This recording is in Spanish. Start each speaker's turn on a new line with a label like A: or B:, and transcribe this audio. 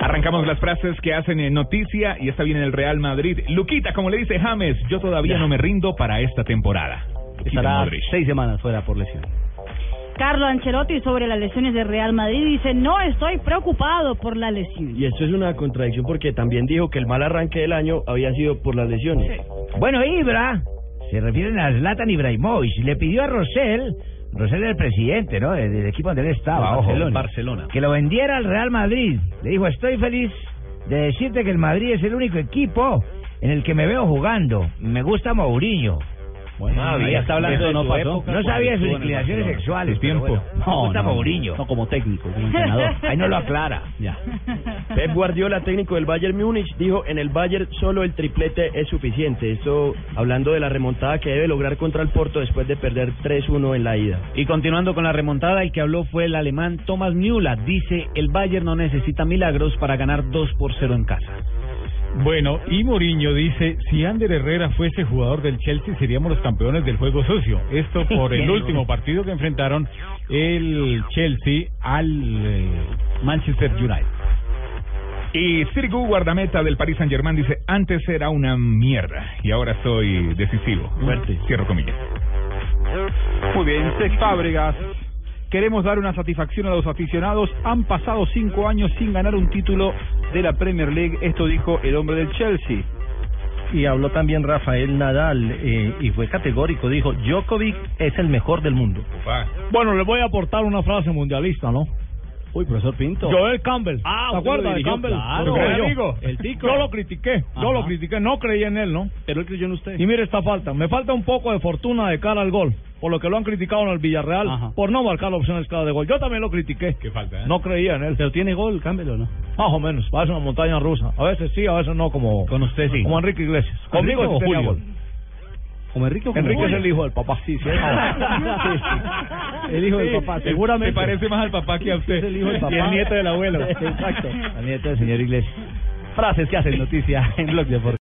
A: arrancamos las frases que hacen en noticia y está bien en el Real Madrid. Luquita, como le dice James, yo todavía no me rindo para esta temporada. Luquita
B: Estará
A: Modric.
B: seis semanas fuera por lesión.
C: Carlo Ancelotti sobre las lesiones de Real Madrid dice, no estoy preocupado por la lesión.
D: Y esto es una contradicción porque también dijo que el mal arranque del año había sido por las lesiones.
E: Bueno, Ibra, se refieren a Zlatan Ibrahimovic, le pidió a Rosell, Rosell era el presidente, ¿no? Del, del equipo donde él estaba, ojo,
B: Ah, Barcelona.
E: que lo vendiera al Real Madrid. Le dijo, estoy feliz de decirte que el Madrid es el único equipo en el que me veo jugando. Me gusta Mourinho.
B: Bueno,
E: Ah,
B: ahí
E: bien.
B: está hablando de
E: Eso
B: no
E: en tu
B: pasó.
E: época, No sabía sus inclinaciones sexuales.
A: Su
E: pero
A: tiempo.
E: bueno, me gusta Mourinho.
B: No, como técnico, como entrenador.
E: Ahí no lo aclara.
B: Ya.
D: Pep Guardiola, técnico del Bayern Múnich, dijo en el Bayern solo el triplete es suficiente. Esto hablando de la remontada que debe lograr contra el Porto después de perder 3-1 en la ida.
F: Y continuando con la remontada, el que habló fue el alemán Thomas Müller. Dice, el Bayern no necesita milagros para ganar 2 por 0 en casa.
G: Bueno, y Mourinho dice, si Ander Herrera fuese jugador del Chelsea seríamos los campeones del juego sucio. Esto por el último partido que enfrentaron el Chelsea al eh, Manchester United.
A: Y Sirgu, guardameta del Paris Saint Germain, dice, antes era una mierda y ahora soy decisivo.
D: Fuerte.
A: Cierro comillas.
G: Muy bien, Sex Fábregas. Queremos dar una satisfacción a los aficionados. Han pasado cinco años sin ganar un título de la Premier League. Esto dijo el hombre del Chelsea.
B: Y habló también Rafael Nadal eh, y fue categórico. Dijo, Djokovic es el mejor del mundo.
A: Ufa.
F: Bueno, le voy a aportar una frase mundialista, ¿no?
B: Uy, profesor Pinto.
F: Joel Campbell. Ah, ¿Te acuerdas de Campbell?
B: Claro.
F: Lo creí
B: Gran
F: yo.
B: amigo, el tico.
F: Yo lo critiqué,
B: Ajá.
F: yo lo critiqué, no creí en él, ¿no?
B: Pero él creyó en usted.
F: Y mire esta falta, me falta un poco de fortuna de cara al gol, por lo que lo han criticado en el Villarreal
B: Ajá.
F: por no marcar opciones claras de gol. Yo también lo critiqué.
A: Qué falta, ¿eh?
F: No creía en él.
B: Pero tiene gol, Campbell, ¿o no?
F: Más o menos, parece una montaña rusa. A veces sí, a veces no, como,
B: Con usted sí.
F: como Enrique Iglesias. Conmigo
B: ¿Enrique
F: sí
B: o
F: tenía
B: Julio?
F: gol.
B: Como Enrique. o como
F: Enrique es
B: Julio?
F: el hijo del papá. Sí, sí.
B: El hijo del
F: Sí,
B: papá. sí.
F: seguramente.
A: Se parece más al papá que a usted.
B: Es el hijo del papá.
F: Y el nieto del abuelo.
B: Exacto. La nieta del señor Iglesias. Frases que hacen noticia en Blog Deportivo.